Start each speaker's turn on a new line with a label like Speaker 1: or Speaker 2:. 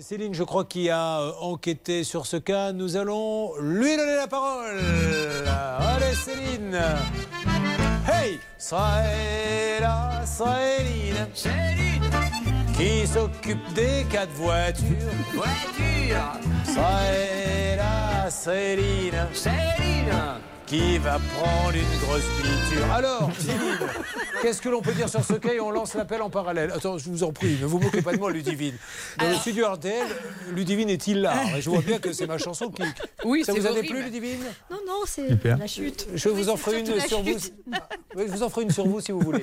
Speaker 1: Céline, je crois, qui a euh, enquêté sur ce cas. Nous allons lui donner la parole. Allez, Céline. Hey, Saïla, Saïline,
Speaker 2: Céline,
Speaker 1: qui s'occupe des quatre voitures.
Speaker 2: voiture,
Speaker 1: Saïla, Céline,
Speaker 2: Céline,
Speaker 1: qui va prendre une grosse piqûre. Alors, Céline, qu'est-ce que l'on peut dire sur ce cas et on lance l'appel en parallèle Attends, je vous en prie, ne vous moquez pas de moi, Ludivine. Dans le studio RTL, Ludivine est hilar. Et je vois bien que c'est ma chanson qui...
Speaker 3: Oui,
Speaker 1: Ça
Speaker 3: c'est
Speaker 1: vous a
Speaker 3: horrible.
Speaker 1: plu, Ludivine
Speaker 4: Non, non, c'est
Speaker 5: Super.
Speaker 4: la chute.
Speaker 1: Je vous
Speaker 4: Oui,
Speaker 1: en
Speaker 4: c'est
Speaker 1: ferai
Speaker 4: surtout
Speaker 1: une
Speaker 4: la
Speaker 1: sur vous.
Speaker 4: chute.
Speaker 1: Oui, je vous en ferai une sur vous si vous voulez.